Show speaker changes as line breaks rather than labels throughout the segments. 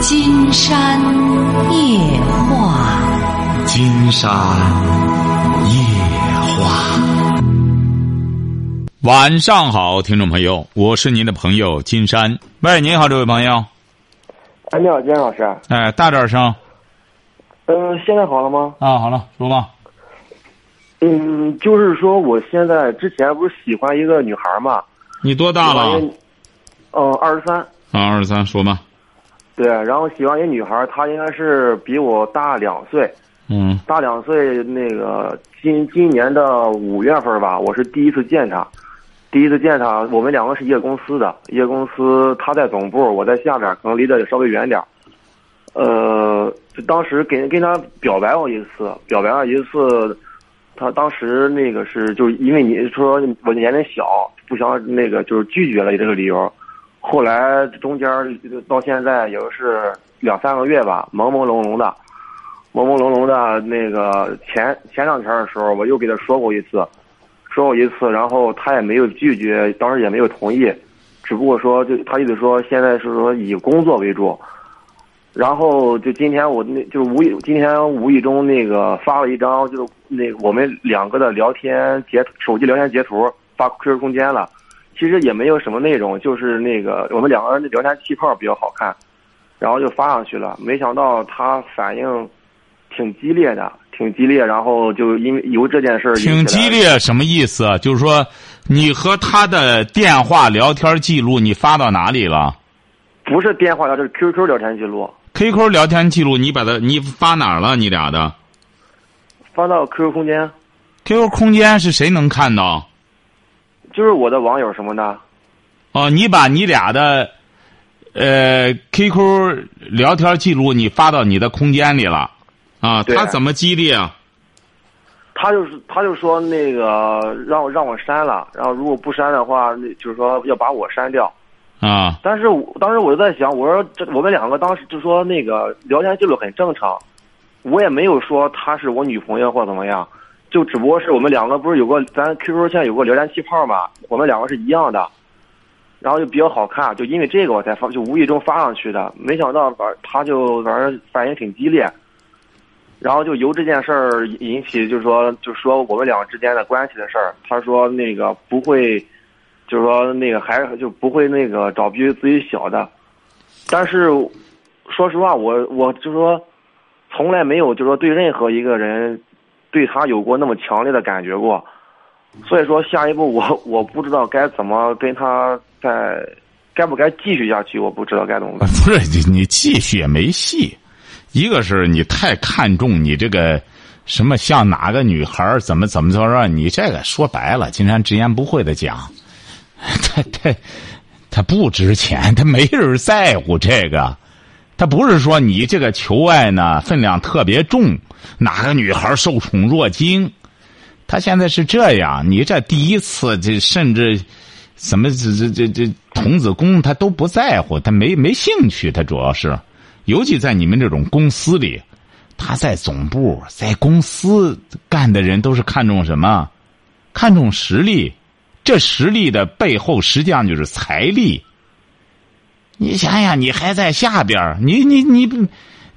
金山夜话，
金山夜话。
晚上好，听众朋友，我是您的朋友金山。喂，你好，这位朋友。
哎，你好，金山老师。
哎，大点声。
嗯、呃，现在好了吗？
啊，好了，说吧。
嗯，就是说，我现在之前不是喜欢一个女孩嘛？
你多大了？
嗯，二十三。
啊，二十三，说吧。
对，然后喜欢一女孩，她应该是比我大两岁，
嗯，
大两岁。那个今今年的五月份吧，我是第一次见她，第一次见她，我们两个是一个公司的，一个公司，她在总部，我在下边，可能离得稍微远点呃，就当时给跟她表白过一次，表白过一次，她当时那个是就是因为你说我年龄小，不想那个就是拒绝了这个理由。后来中间到现在也就是两三个月吧，朦朦胧胧的，朦朦胧胧的那个前前两天的时候，我又给他说过一次，说过一次，然后他也没有拒绝，当时也没有同意，只不过说就他意思说现在是说以工作为主，然后就今天我那就是无意今天无意中那个发了一张就是那我们两个的聊天截手机聊天截图发 QQ 空间了。其实也没有什么内容，就是那个我们两个人的聊天气泡比较好看，然后就发上去了。没想到他反应挺激烈的，挺激烈。然后就因为由这件事
挺激烈什么意思？啊就是说你和他的电话聊天记录你发到哪里了？
不是电话聊，这是 QQ 聊天记录。
QQ 聊天记录你把它你发哪儿了？你俩的？
发到 QQ 空间。
QQ 空间是谁能看到？
就是我的网友什么的，
哦，你把你俩的，呃，QQ 聊天记录你发到你的空间里了，啊，他怎么激励啊？
他就是他就说那个让我让我删了，然后如果不删的话，就是说要把我删掉。
啊！
但是我当时我就在想，我说这我们两个当时就说那个聊天记录很正常，我也没有说她是我女朋友或怎么样。就只不过是我们两个不是有个咱 QQ 现在有个聊天气泡嘛，我们两个是一样的，然后就比较好看，就因为这个我才发，就无意中发上去的，没想到反他就反正反应挺激烈，然后就由这件事儿引起，就是说就说我们两个之间的关系的事儿，他说那个不会，就是说那个还就不会那个找比自己小的，但是说实话，我我就说从来没有就说对任何一个人。对他有过那么强烈的感觉过，所以说下一步我我不知道该怎么跟他再该不该继续下去，我不知道该怎么办。
不是你继续也没戏，一个是你太看重你这个什么像哪个女孩怎么怎么怎么着，你这个说白了，金山直言不讳的讲，他他他不值钱，他没人在乎这个。他不是说你这个求爱呢分量特别重，哪个女孩受宠若惊？他现在是这样，你这第一次这甚至，什么这这这这童子功他都不在乎，他没没兴趣，他主要是，尤其在你们这种公司里，他在总部在公司干的人都是看重什么？看重实力，这实力的背后实际上就是财力。你想想，你还在下边你你你，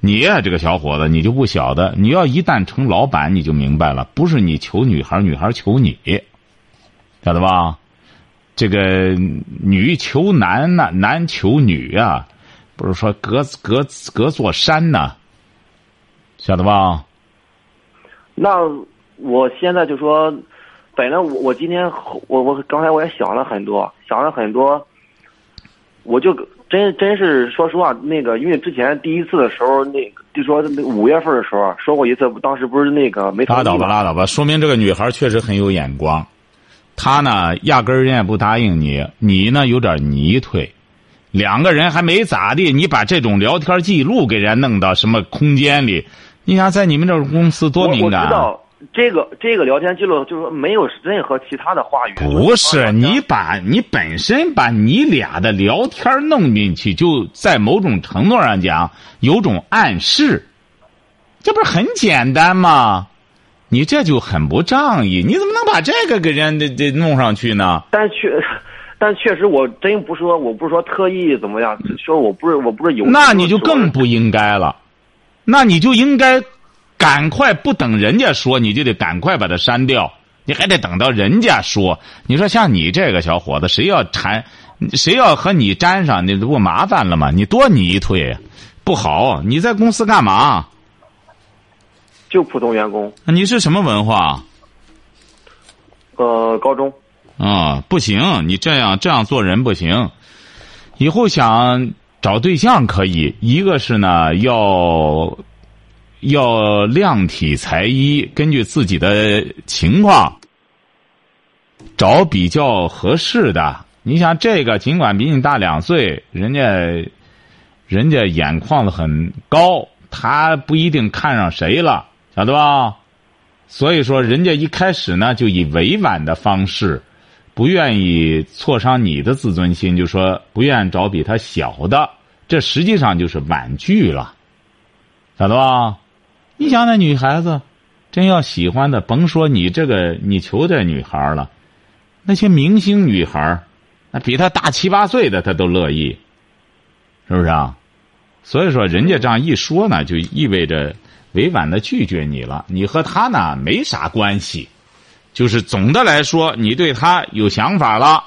你呀、啊，这个小伙子，你就不晓得，你要一旦成老板，你就明白了，不是你求女孩，女孩求你，晓得吧？这个女求男呐、啊，男求女啊，不是说隔隔隔座山呐、啊，晓得吧？
那我现在就说，本来我我今天我我刚才我也想了很多，想了很多，我就。真真是说实话，那个因为之前第一次的时候，那个就说五月份的时候啊说过一次，当时不是那个没
拉倒吧，拉倒吧，说明这个女孩确实很有眼光。她呢，压根儿人也不答应你，你呢有点泥腿，两个人还没咋地，你把这种聊天记录给人家弄到什么空间里？你想在你们这种公司多敏感、啊？
我知道这个这个聊天记录就是没有任何其他的话语。
不是你把你本身把你俩的聊天弄进去，就在某种程度上讲有种暗示，这不是很简单吗？你这就很不仗义，你怎么能把这个给人这这弄上去呢？
但确。但确实我真不是说我不是说特意怎么样，只说我不是我不是有。
那你就更不应该了，那你就应该赶快不等人家说，你就得赶快把它删掉。你还得等到人家说。你说像你这个小伙子，谁要缠，谁要和你沾上，那不麻烦了吗？你多你一腿，不好。啊你在公司干嘛？
就普通员工。
你是什么文化？
呃，高中。
啊、嗯，不行！你这样这样做人不行。以后想找对象可以，一个是呢要要量体裁衣，根据自己的情况找比较合适的。你想这个尽管比你大两岁，人家人家眼眶子很高，他不一定看上谁了，晓得吧？所以说，人家一开始呢就以委婉的方式。不愿意挫伤你的自尊心，就说不愿找比他小的，这实际上就是婉拒了，晓得吧？你想那女孩子，真要喜欢的，甭说你这个你求这女孩了，那些明星女孩，那比她大七八岁的，她都乐意，是不是啊？所以说，人家这样一说呢，就意味着委婉的拒绝你了，你和他呢没啥关系。就是总的来说，你对他有想法了，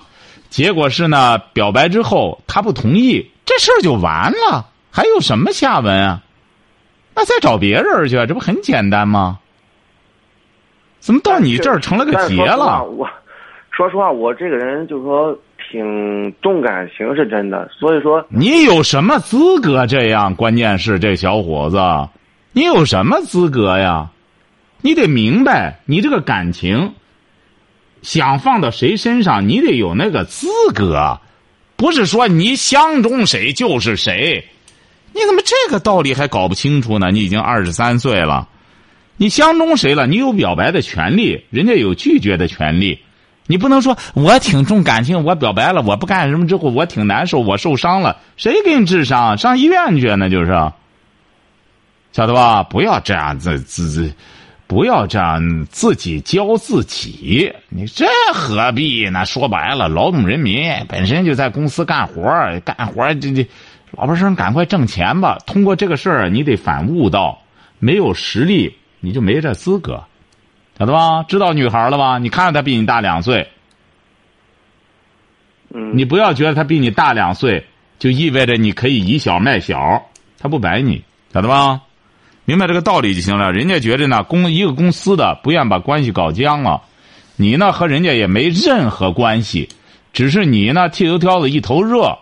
结果是呢，表白之后他不同意，这事儿就完了，还有什么下文啊？那再找别人去，这不很简单吗？怎么到你这儿成了个结了？
我说实话，我这个人就说挺重感情是真的，所以说
你有什么资格这样？关键是这小伙子，你有什么资格呀？你得明白，你这个感情，想放到谁身上，你得有那个资格，不是说你相中谁就是谁。你怎么这个道理还搞不清楚呢？你已经二十三岁了，你相中谁了？你有表白的权利，人家有拒绝的权利。你不能说我挺重感情，我表白了，我不干什么之后，我挺难受，我受伤了，谁给你治伤？上医院去啊那就是，晓得吧？不要这样子，自自。不要这样自己教自己，你这何必呢？说白了，劳动人民本身就在公司干活干活这这，老婆生赶快挣钱吧。通过这个事儿，你得反悟到，没有实力你就没这资格，晓得吧？知道女孩了吧？你看着她比你大两岁，
嗯，
你不要觉得她比你大两岁就意味着你可以以小卖小，她不摆你，晓得吧？明白这个道理就行了。人家觉着呢，公一个公司的不愿把关系搞僵了，你呢和人家也没任何关系，只是你呢剃头挑子一头热，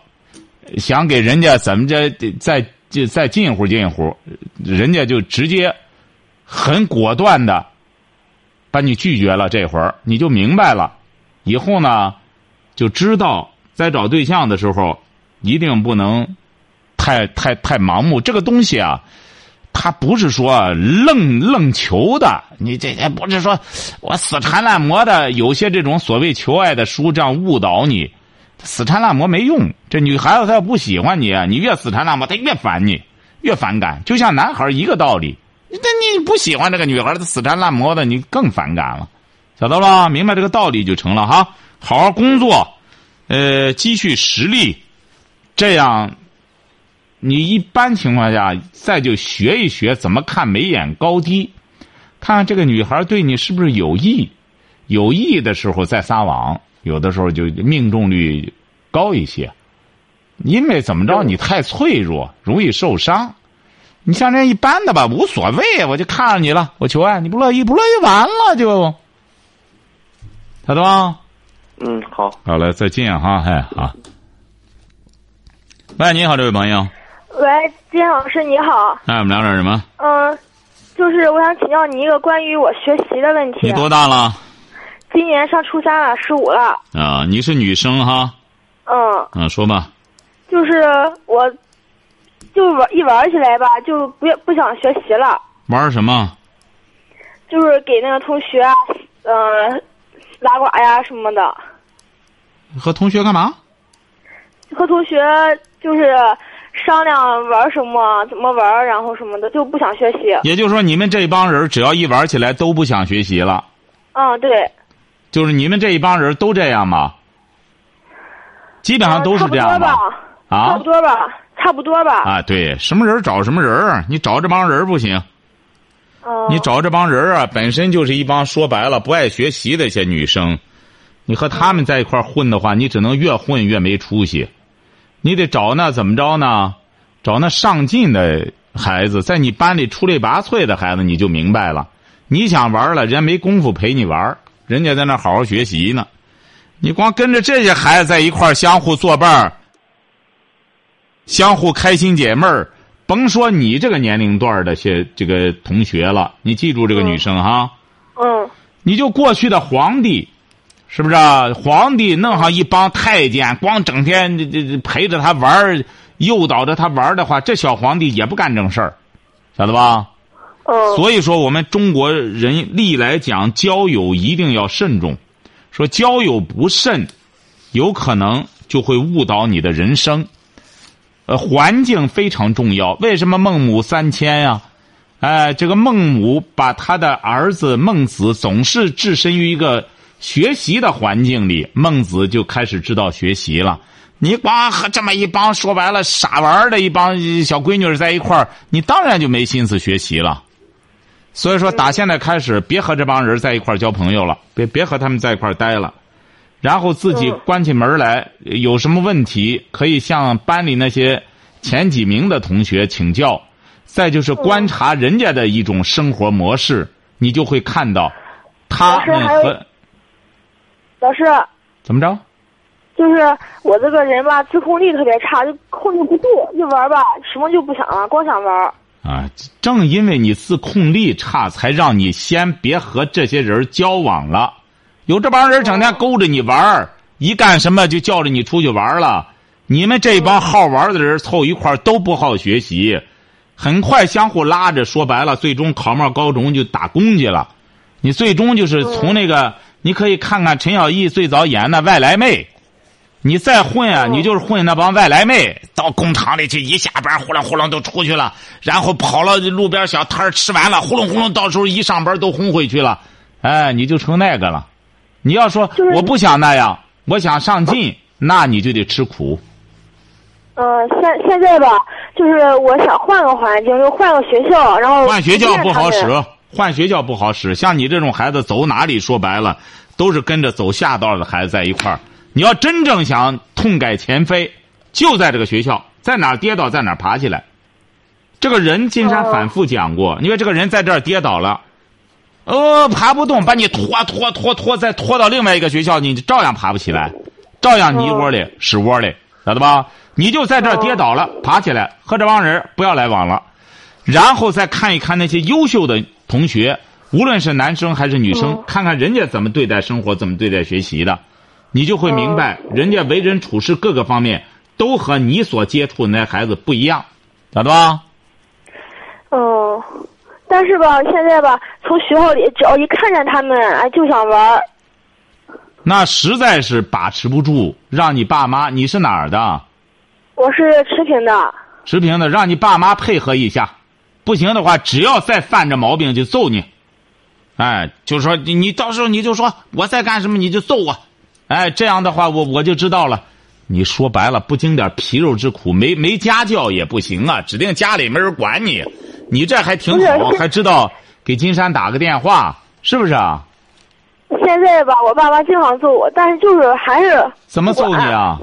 想给人家怎么着再再近乎近乎，人家就直接很果断的把你拒绝了。这会儿你就明白了，以后呢就知道在找对象的时候一定不能太太太盲目。这个东西啊。他不是说愣愣求的，你这也不是说我死缠烂磨的。有些这种所谓求爱的书这样误导你，死缠烂磨没用。这女孩子她要不喜欢你，你越死缠烂磨，她越烦你，越反感。就像男孩一个道理，那你不喜欢这个女孩，她死缠烂磨的，你更反感了，晓得吧？明白这个道理就成了哈。好好工作，呃，积蓄实力，这样。你一般情况下，再就学一学怎么看眉眼高低，看看这个女孩对你是不是有意，有意的时候再撒网，有的时候就命中率高一些。因为怎么着，你太脆弱，容易受伤。你像这一般的吧，无所谓，我就看上你了，我求爱，你不乐意，不乐意完了就，晓得吧？
嗯，好，
好嘞，再见哈，哎，好。喂，你好，这位朋友。
喂，金老师你好。
哎，我们聊点什么？
嗯，就是我想请教你一个关于我学习的问题。
你多大了？
今年上初三了，十五了。
啊，你是女生哈？
嗯。
嗯，说吧。
就是我，就玩一玩起来吧，就不不想学习了。
玩什么？
就是给那个同学，嗯、呃，拉呱呀什么的。
和同学干嘛？
和同学就是。商量玩什么，怎么玩，然后什么的，就不想学习。
也就是说，你们这帮人只要一玩起来，都不想学习了。
嗯，对。
就是你们这一帮人都这样吗？基本上都是这样
吧？
啊，
差不嗯多吧，差不多吧。
啊，对，什么人找什么人儿，啊你找这帮人儿不行。
哦、
你找这帮人啊，本身就是一帮说白了不爱学习的一些女生，你和他们在一块儿混的话，你只能越混越没出息。你得找那怎么着呢？找那上进的孩子，在你班里出类拔萃的孩子，你就明白了。你想玩了，人家没工夫陪你玩，人家在那好好学习呢。你光跟着这些孩子在一块儿相互作伴儿，相互开心解闷儿。甭说你这个年龄段的些这个同学了，你记住这个女生哈。
嗯。
你就过去的皇帝，是不是啊？皇帝弄上一帮太监，光整天这这陪着他玩儿，诱导着他玩儿的话，这小皇帝也不干正事儿，晓得吧？
嗯。
所以说，我们中国人历来讲交友一定要慎重，说交友不慎，有可能就会误导你的人生。呃，环境非常重要。为什么孟母三迁呀、啊？哎、呃，这个孟母把他的儿子孟子总是置身于一个学习的环境里，孟子就开始知道学习了。你光和这么一帮说白了傻玩的一帮小闺女在一块儿，你当然就没心思学习了。所以说，打现在开始，别和这帮人在一块儿交朋友了，别别和他们在一块儿待了。然后自己关起门来，有什么问题可以向班里那些前几名的同学请教。再就是观察人家的一种生活模式，你就会看到他们和
老师
怎么着？
就是我这个人吧，自控力特别差，就控制不住，一玩吧什么就不想了，光想玩。
啊，正因为你自控力差，才让你先别和这些人交往了。有这帮人整天勾着你玩儿，一干什么就叫着你出去玩了。你们这帮好玩的人凑一块儿都不好学习，很快相互拉着，说白了，最终考上高中就打工去了。你最终就是从那个，你可以看看陈小艺最早演的《外来妹》，你再混啊，你就是混那帮外来妹，到工厂里去，一下班呼隆呼隆都出去了，然后跑了路边小摊儿吃完了，呼隆呼隆，到时候一上班都轰回去了，哎，你就成那个了。你要说我不想那样，我想上进，那你就得吃苦。
嗯，现现在吧，就是我想换个环境，就换个学校，然后
换学校不好使，换学校不好使。像你这种孩子，走哪里说白了都是跟着走下道的孩子在一块儿。你要真正想痛改前非，就在这个学校，在哪跌倒在哪爬起来。这个人金山反复讲过，因为这个人在这儿跌倒了。哦，爬不动，把你拖拖拖拖，再拖到另外一个学校，你照样爬不起来，照样泥窝里、屎窝里，晓得吧？你就在这儿跌倒了，爬起来，和这帮人不要来往了，然后再看一看那些优秀的同学，无论是男生还是女生，看看人家怎么对待生活，怎么对待学习的，你就会明白，人家为人处事各个方面都和你所接触的那孩子不一样，晓得吧？
哦。但是吧，现在吧，从学校里只要一看见他们，哎，就想玩
那实在是把持不住，让你爸妈，你是哪儿的？
我是持平的。
持平的，让你爸妈配合一下，不行的话，只要再犯这毛病就揍你。哎，就说你到时候你就说我在干什么，你就揍我。哎，这样的话，我我就知道了。你说白了，不经点皮肉之苦，没没家教也不行啊，指定家里没人管你。你这还挺好，还知道给金山打个电话，是不是啊？
现在吧，我爸妈经常揍我，但是就是还是
怎么揍你啊？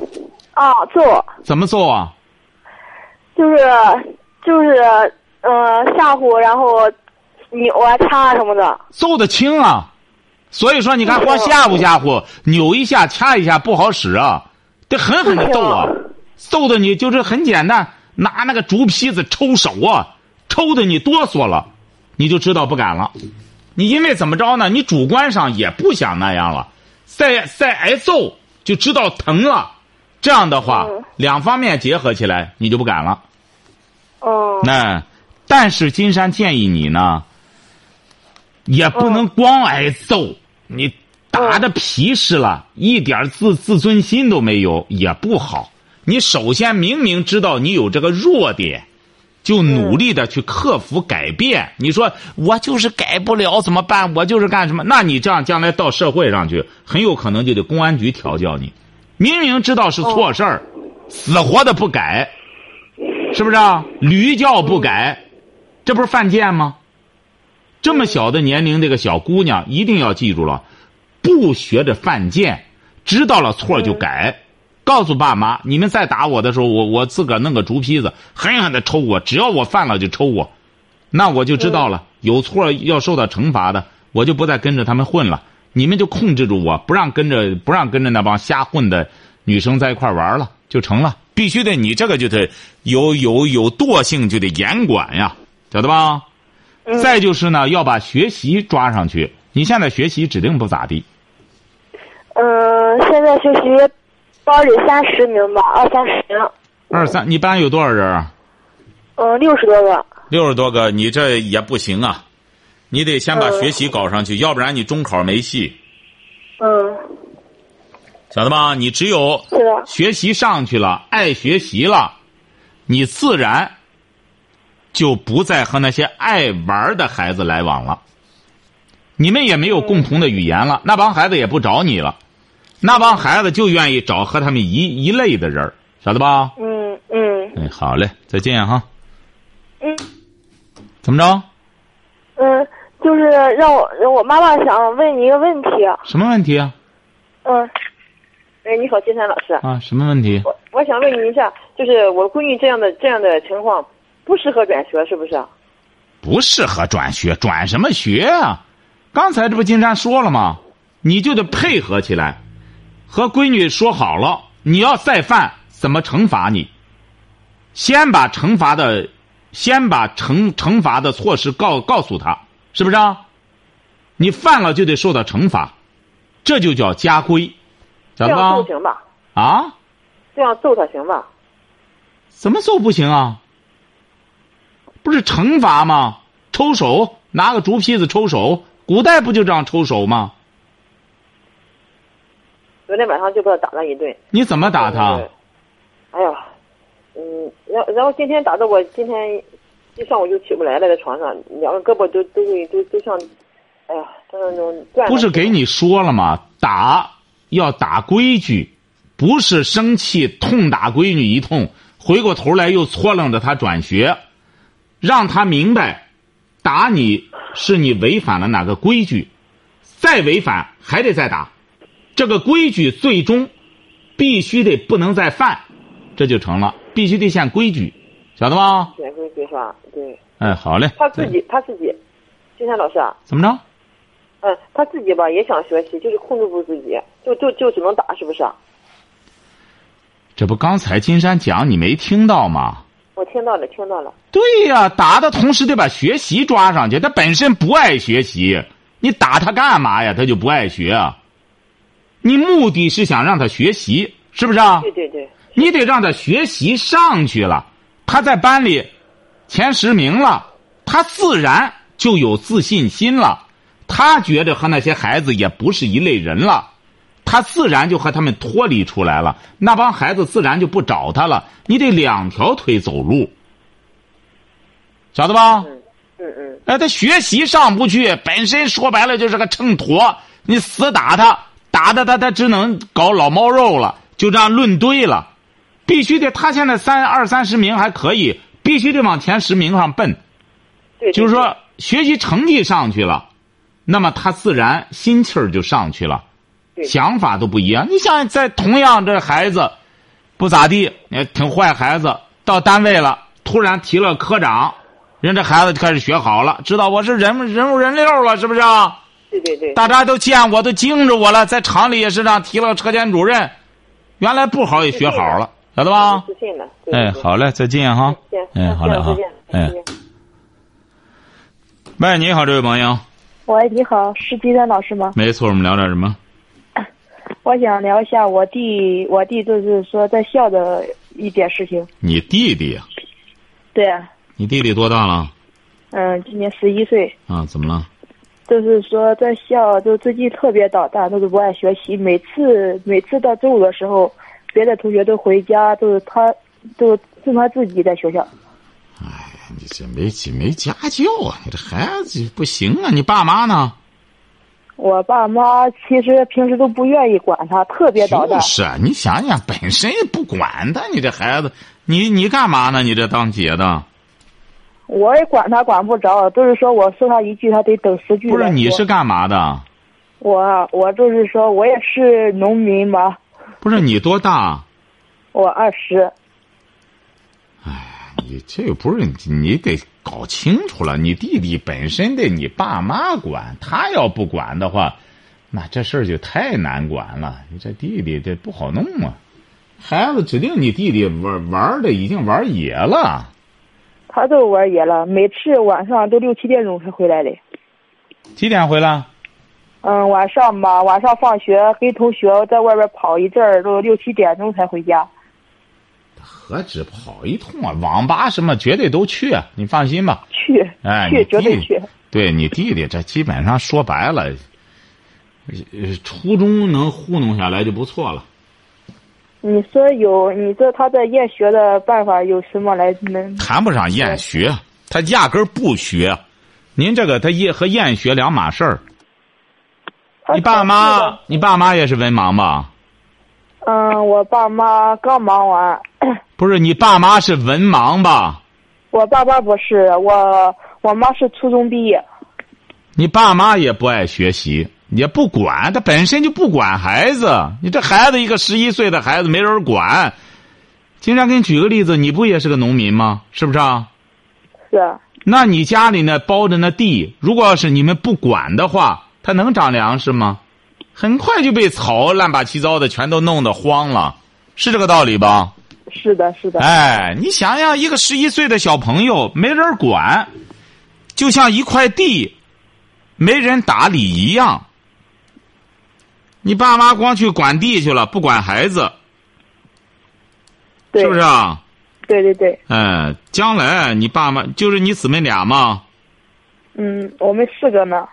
啊，揍！
怎么揍啊？
就是就是呃，吓唬，然后扭啊、掐啊什么的。
揍得轻啊！所以说，你看光吓唬吓唬，扭一下、掐一下不好使啊，得狠狠的揍啊！揍的你就是很简单，拿那个竹坯子抽手啊。抽的你哆嗦了，你就知道不敢了。你因为怎么着呢？你主观上也不想那样了，再再挨揍就知道疼了。这样的话，
嗯、
两方面结合起来，你就不敢了。
哦、嗯。
那但是金山建议你呢，也不能光挨揍，你打的皮实了，一点自自尊心都没有也不好。你首先明明知道你有这个弱点。就努力的去克服改变。你说我就是改不了怎么办？我就是干什么？那你这样将来到社会上去，很有可能就得公安局调教你。明明知道是错事儿，死活的不改，是不是啊？驴叫不改，这不是犯贱吗？这么小的年龄，这个小姑娘一定要记住了，不学着犯贱，知道了错就改。告诉爸妈，你们再打我的时候，我我自个儿弄个竹坯子，狠狠的抽我，只要我犯了就抽我，那我就知道了，有错要受到惩罚的，我就不再跟着他们混了。你们就控制住我，不让跟着不让跟着那帮瞎混的女生在一块玩了，就成了。必须得你这个就得有有有惰性，就得严管呀，晓得吧？ 再就是呢，要把学习抓上去。你现在学习指定不咋地，
嗯，现在学习班里三十名吧，二三十名，
二三，你班有多少人啊？
嗯，六十多个。
六十多个，你这也不行啊，你得先把学习搞上去，要不然你中考没戏，
嗯，
晓得吧？你只有
是的，
学习上去了，爱学习了，你自然就不再和那些爱玩的孩子来往了。你们也没有共同的语言了，那帮孩子也不找你了，那帮孩子就愿意找和他们一一类的人儿，晓得吧？
嗯嗯
哎，好嘞，再见哈。
嗯
怎么着？
嗯，就是让我我妈妈想问你一个问题，
什么问题啊？
嗯，哎，你好，金山老师，
啊，什么问题？
我我想问您一下，就是我闺女这样的这样的情况，不适合转学是不是？
不适合转学，转什么学啊？刚才这不金山说了吗？你就得配合起来，和闺女说好了，你要再犯怎么惩罚你？先把惩罚的，先把惩惩罚的措施告告诉他，是不是、啊？你犯了就得受到惩罚，这就叫家规，
这
晓得
样
吧
揍？行吧？
啊？
这样揍她行吧？
怎么揍不行啊？不是惩罚吗？抽手，拿个竹坯子抽手，古代不就这样抽手吗？
昨天晚上就把她打了一顿。
你怎么打他？
嗯哎呀，嗯，然然后今天打的我今天一上午就起不来了，在床上两个胳膊都都会都都像，哎呀，像那种断了。
不是给你说了吗？打要打规矩，不是生气痛打闺女一通，回过头来又搓楞着她转学，让她明白，打你是你违反了哪个规矩，再违反还得再打，这个规矩最终必须得不能再犯，这就成了，必须得现规矩，晓得吗？
潜规则是吧？对，
哎，好嘞。
她自己她自己，金山老师啊，
怎么着？
嗯，她自己吧也想学习，就是控制不住自己，就就就只能打，是不是啊？
这不刚才金山讲你没听到吗？
我听到了，听到了。
对呀、打的同时得把学习抓上去。他本身不爱学习，你打他干嘛呀？他就不爱学啊。你目的是想让他学习，是不是啊
对？对对，
你得让他学习上去了，他在班里前十名了，他自然就有自信心了。他觉得和那些孩子也不是一类人了，他自然就和他们脱离出来了。那帮孩子自然就不找他了。你得两条腿走路，晓得吧？
嗯嗯。
哎，他学习上不去，本身说白了就是个秤砣，你死打他，打的他他只能搞老猫肉了，就这样论堆了。必须得，他现在三二三十名还可以，必须得往前十名上奔。
对，
就是
对
说，学习成绩上去了，那么他自然心气儿就上去了，
对
想法都不一样。你想，在同样这孩子，不咋地，也挺坏孩子，到单位了，突然提了科长，人这孩子就开始学好了，知道我是人人五人六了，是不是啊？
对对对，
大家都见我，都惊着我了。在厂里也是这样，提了个车间主任，原来不好也学好了，晓得吧？
自信了。对
哎，，好嘞，再见哈。
对对
哎，
行，
好嘞
再
哈
见。
哎
再，见。
喂，你好，这位朋友。
喂，你好，是金山老师吗？
没错，我们聊点什么？
我想聊一下我弟，我弟就是说在校的一点事情。
你弟弟啊呀？
对，
啊
你弟弟多大了？
嗯，今年十一岁，
啊，怎么了？
就是说在校就最近特别捣蛋，就是不爱学习。每次每次到中午的时候，别的同学都回家，就是他，就剩他自己在学校。
哎你这没没家教啊！你这孩子不行啊！你爸妈呢？
我爸妈其实平时都不愿意管他，特别捣蛋
就。是啊，你想想，本身也不管他，你这孩子，你你干嘛呢？你这当姐的，
我也管他管不着，就是说我说他一句，他得等十句来
不
说。
是你是干嘛的？
我啊，我就是说我也是农民嘛，
不是你多大？
我二十，
你这不是你得搞清楚了。你弟弟本身得你爸妈管，他要不管的话，那这事儿就太难管了。你这弟弟这不好弄啊，孩子指定你弟弟玩玩的已经玩野了。
他都玩野了，每次晚上都六七点钟才回来的。
几点回来？
嗯，晚上吧，晚上放学跟同学在外边跑一阵儿，都六七点钟才回家。
何止跑一通啊，网吧什么绝对都去，啊你放心吧。
去，
哎，
去
你
绝对
弟
去。
对你弟弟，这基本上说白了，呃初中能糊弄下来就不错了。
你说有，你说他在厌学的办法有什么来能？
谈不上厌学，他压根儿不学。您这个他厌和厌学两码事儿。
他
啊
你爸
考试
妈
的？，
你爸妈也是文盲吧？
嗯，我爸妈刚忙完，
不是，你爸妈是文盲吧？
我爸爸不是，我我妈是初中毕业。
你爸妈也不爱学习，也不管，他本身就不管孩子。你这孩子一个十一岁的孩子没人管。金山，给你举个例子，你不也是个农民吗？是不是啊？
是，
那你家里呢包着那地，如果要是你们不管的话，它能长粮食吗？很快就被草乱八七糟的全都弄得荒了，是这个道理吧？
是的，是的，
哎，你想想，一个十一岁的小朋友没人管，就像一块地没人打理一样。你爸妈光去管地去了，不管孩子，
对，
是不是？啊？
对对对，
哎，将来你爸妈就是你姊妹俩嘛，
嗯，我们四个呢。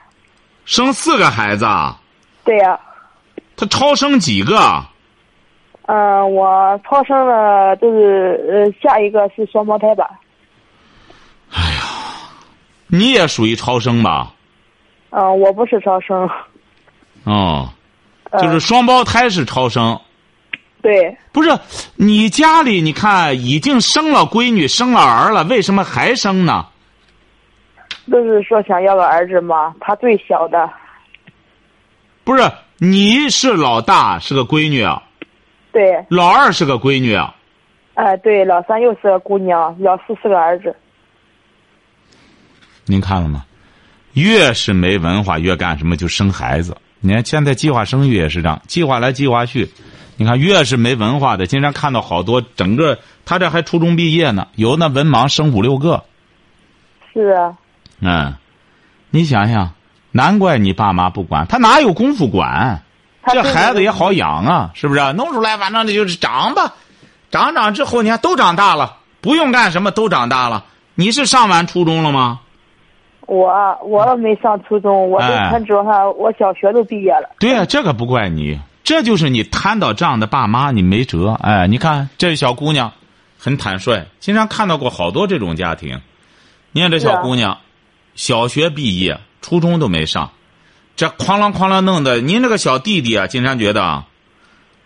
生四个孩子啊，
对呀、
他超生几个？
嗯、我超生了，就是呃，下一个是双胞胎吧。
你也属于超生吧？
嗯、我不是超生。
哦，
呃、
就是双胞胎是超生，
对，
不是？你家里你看已经生了闺女，生了儿了，为什么还生呢？
就是说想要个儿子嘛，他最小的。
不是，你是老大，是个闺女，啊
对，
老二是个闺女，啊
哎、对，老三又是个姑娘，老四是个儿子。
您看了吗？越是没文化，越干什么就生孩子。你看现在计划生育也是这样，计划来计划去。你看，越是没文化的，经常看到好多整个他这还初中毕业呢，有那文盲生五六个。
是啊，
嗯，你想想，难怪你爸妈不管，他哪有功夫管？
他
这
对
孩
你
子也好养啊，是不是啊、弄出来反正就是长吧，长长之后你看都长大了，不用干什么都长大了。你是上完初中了吗？
我啊我没上初中，我都
哎
全指望他，我小学都毕业了。
对呀、这个不怪你，这就是你摊到这样的爸妈，你没辙。哎，你看这小姑娘，很坦率，经常看到过好多这种家庭。你看这
是
小
啊
姑娘，小学毕业，初中都没上，这哐啷哐啷弄的。您这个小弟弟啊，金山觉得啊，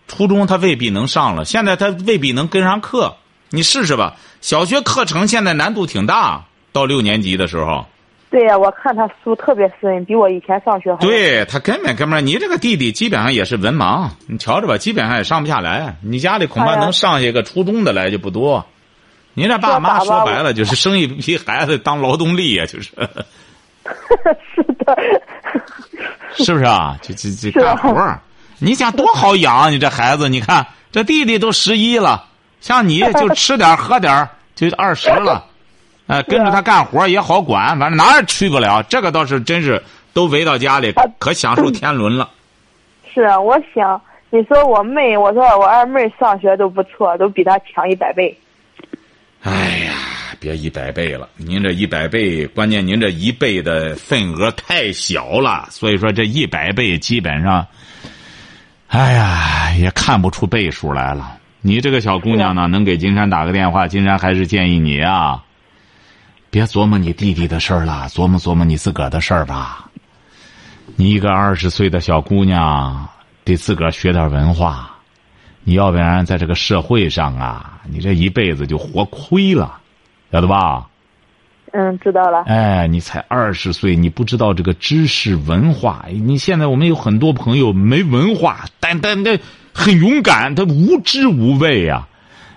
初中他未必能上了，现在他未必能跟上课。你试试吧，小学课程现在难度挺大，到六年级的时候。
对呀、我看他书特别深，比我以前上学还。
对他根本跟不上。你这个弟弟基本上也是文盲，你瞧着吧，基本上也上不下来。你家里恐怕
哎呀
能上一个初中的来就不多。您这爸妈
说打
说
吧
白了就是生一批孩子当劳动力呀、就是
是的，
是不是啊？就就就是
啊
干活儿。你想多好养啊你这孩子？你看这弟弟都十一了，像你就吃点儿喝点儿就二十了，呃，跟着他干活儿也好管，反正哪儿也去不了。这个倒是真是都围到家里
啊，
可享受天伦了。
是啊，我想你说我妹，我说我二妹上学都不错，都比她强一百倍。
哎呀，别一百倍了，您这一百倍，关键您这一倍的份额太小了，所以说这一百倍基本上，哎呀，也看不出倍数来了。你这个小姑娘呢，能给金山打个电话，金山还是建议你啊，别琢磨你弟弟的事儿了，琢磨琢磨你自个儿的事儿吧。你一个二十岁的小姑娘，得自个儿学点文化，你要不然在这个社会上啊，你这一辈子就活亏了，晓得吧？
嗯，知道了。
哎，你才二十岁，你不知道这个知识文化。哎你现在我们有很多朋友没文化，但但但很勇敢，他无知无畏呀、啊。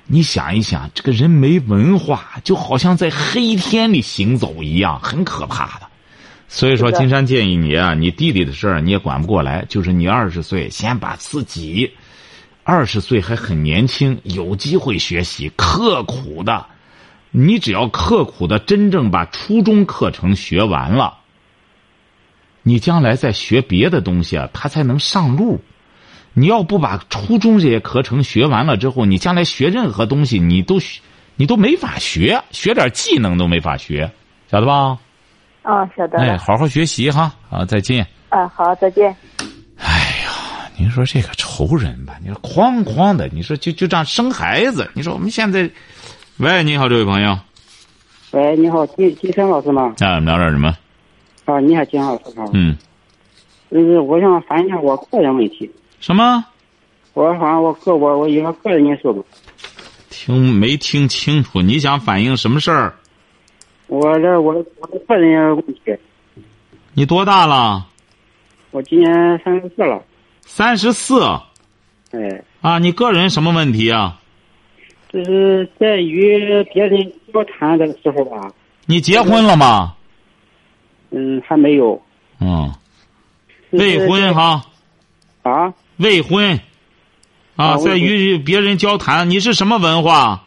你想一想，这个人没文化，就好像在黑天里行走一样，很可怕的。所以说，金山建议你啊，你弟弟的事儿你也管不过来，就是你二十岁，先把自己二十岁还很年轻，有机会学习，刻苦的。你只要刻苦的真正把初中课程学完了，你将来再学别的东西啊，他才能上路。你要不把初中这些课程学完了之后，你将来学任何东西，你都你都没法学，学点技能都没法学，晓得吧？
啊、哦，晓得。
哎，好好学习哈！啊，再见。
啊，好，再见。
哎呀，您说这个仇人吧，你说哐哐的，你说就就这样生孩子，你说我们现在，喂，你好，这位朋友。
喂，你好，金金山老师吗？
啊，我们聊点什么？
啊，你好，金山老师好。
嗯。
就是我想谈一下我个人问题。
什么？
我好像我个我我一个个人因素吧。
听没听清楚？你想反映什么事儿？
我这我我的个人问题。
你多大了？
我今年三十四了。
三十四。
哎。
啊，你个人什么问题啊？
就是在于别人交谈的时候吧。
你结婚了吗？
嗯，还没有。
嗯。未婚哈。
啊。
未婚。啊，
啊
在与别人交谈，你是什么文化？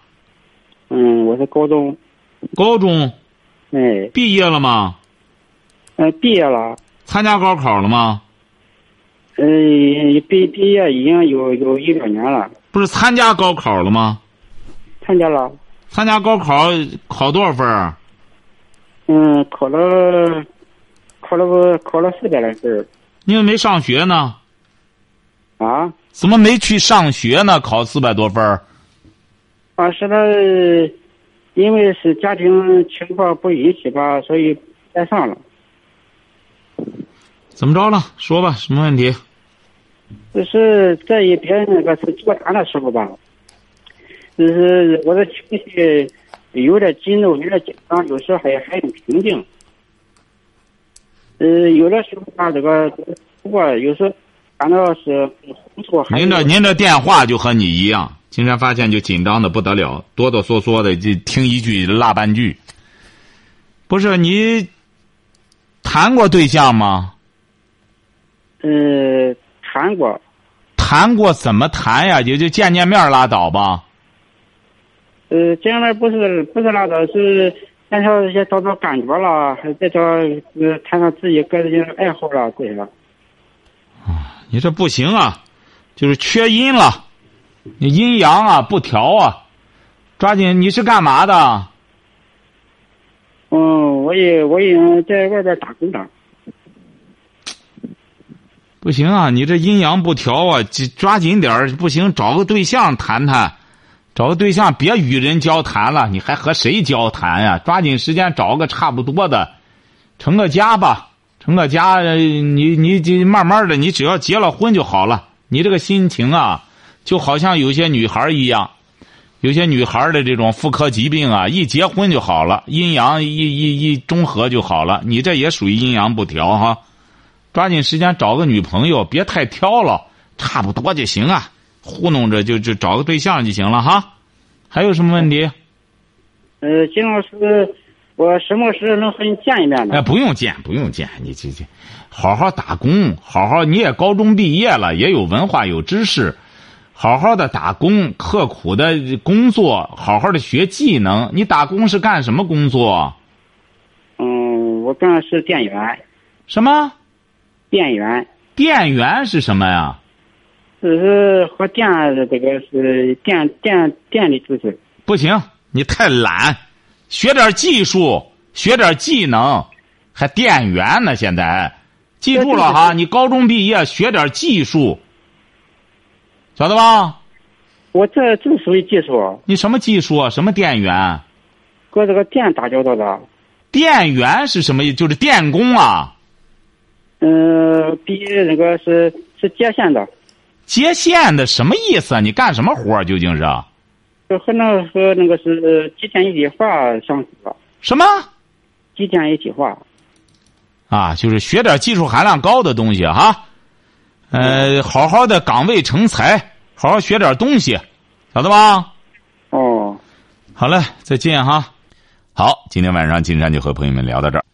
嗯，我是高中。
高中。
哎，
毕业了吗？
嗯，毕业了。
参加高考了吗？
嗯，毕毕业已经有有一两年了。
不是参加高考了吗？
参加了。
参加高考考多少分儿？啊
嗯，考了，考了个考了四百来分。
你怎么没上学呢？
啊？
怎么没去上学呢？考四百多分儿。
啊，是那，因为是家庭情况不允许吧，所以再上了。
怎么着了？说吧，什么问题？
就是在与别人那个是交谈的时候吧，就是我的情绪有点激动，有点紧张，有时候还还很平静。呃，有的时候吧，这个不过有时候感到是糊涂。还
您这您这电话就和你一样，经常发现就紧张的不得了，哆哆嗦嗦的，就听一句落半句。不是你谈过对象吗？
呃，谈过，
谈过怎么谈呀？也就见见面拉倒吧。
呃，见面不是不是拉倒，是但是也找找感觉了，还再找呃谈谈自己个人的爱好了这些。
你这不行啊，就是缺阴了，你阴阳啊不调啊，抓紧！你是干嘛的？
嗯，我也我也在外边打工的。
不行啊，你这阴阳不调啊，紧抓紧点儿，不行找个对象谈谈，找个对象别与人交谈了，你还和谁交谈呀、抓紧时间找个差不多的，成个家吧。成个家，呃你你你慢慢的，你只要结了婚就好了。你这个心情啊，就好像有些女孩儿一样，有些女孩儿的这种妇科疾病啊，一结婚就好了，阴阳一一一中和就好了。你这也属于阴阳不调哈，抓紧时间找个女朋友，别太挑了，差不多就行啊。糊弄着就就找个对象就行了哈。还有什么问题？
呃，金老师，我什么时候能和你见一面呢？
哎，不用见，不用见，你这这，好好打工，好好，你也高中毕业了，也有文化有知识，好好的打工，刻苦的工作，好好的学技能。你打工是干什么工作？
嗯，我干的是店员，
什么
店员，
店员是什么呀？
只是和店这个是店店店里知识。
不行，你太懒，学点技术，学点技能，还店员呢。现在记住了哈，你高中毕业学点技术，晓得吧？
我这这属于技术，
你什么技术？啊？什么店员？
和这个店打交道的。
店员是什么意？就是电工啊。
嗯、比那个是是接线的，
接线的什么意思啊？你干什么活儿究竟是？
就和那和那个是机电一体化相似的，
什么？
机电一体化。
啊，就是学点技术含量高的东西哈、呃，好好的岗位成才，好好学点东西，晓得吧？
哦。
好嘞，再见哈。好，今天晚上金山就和朋友们聊到这儿。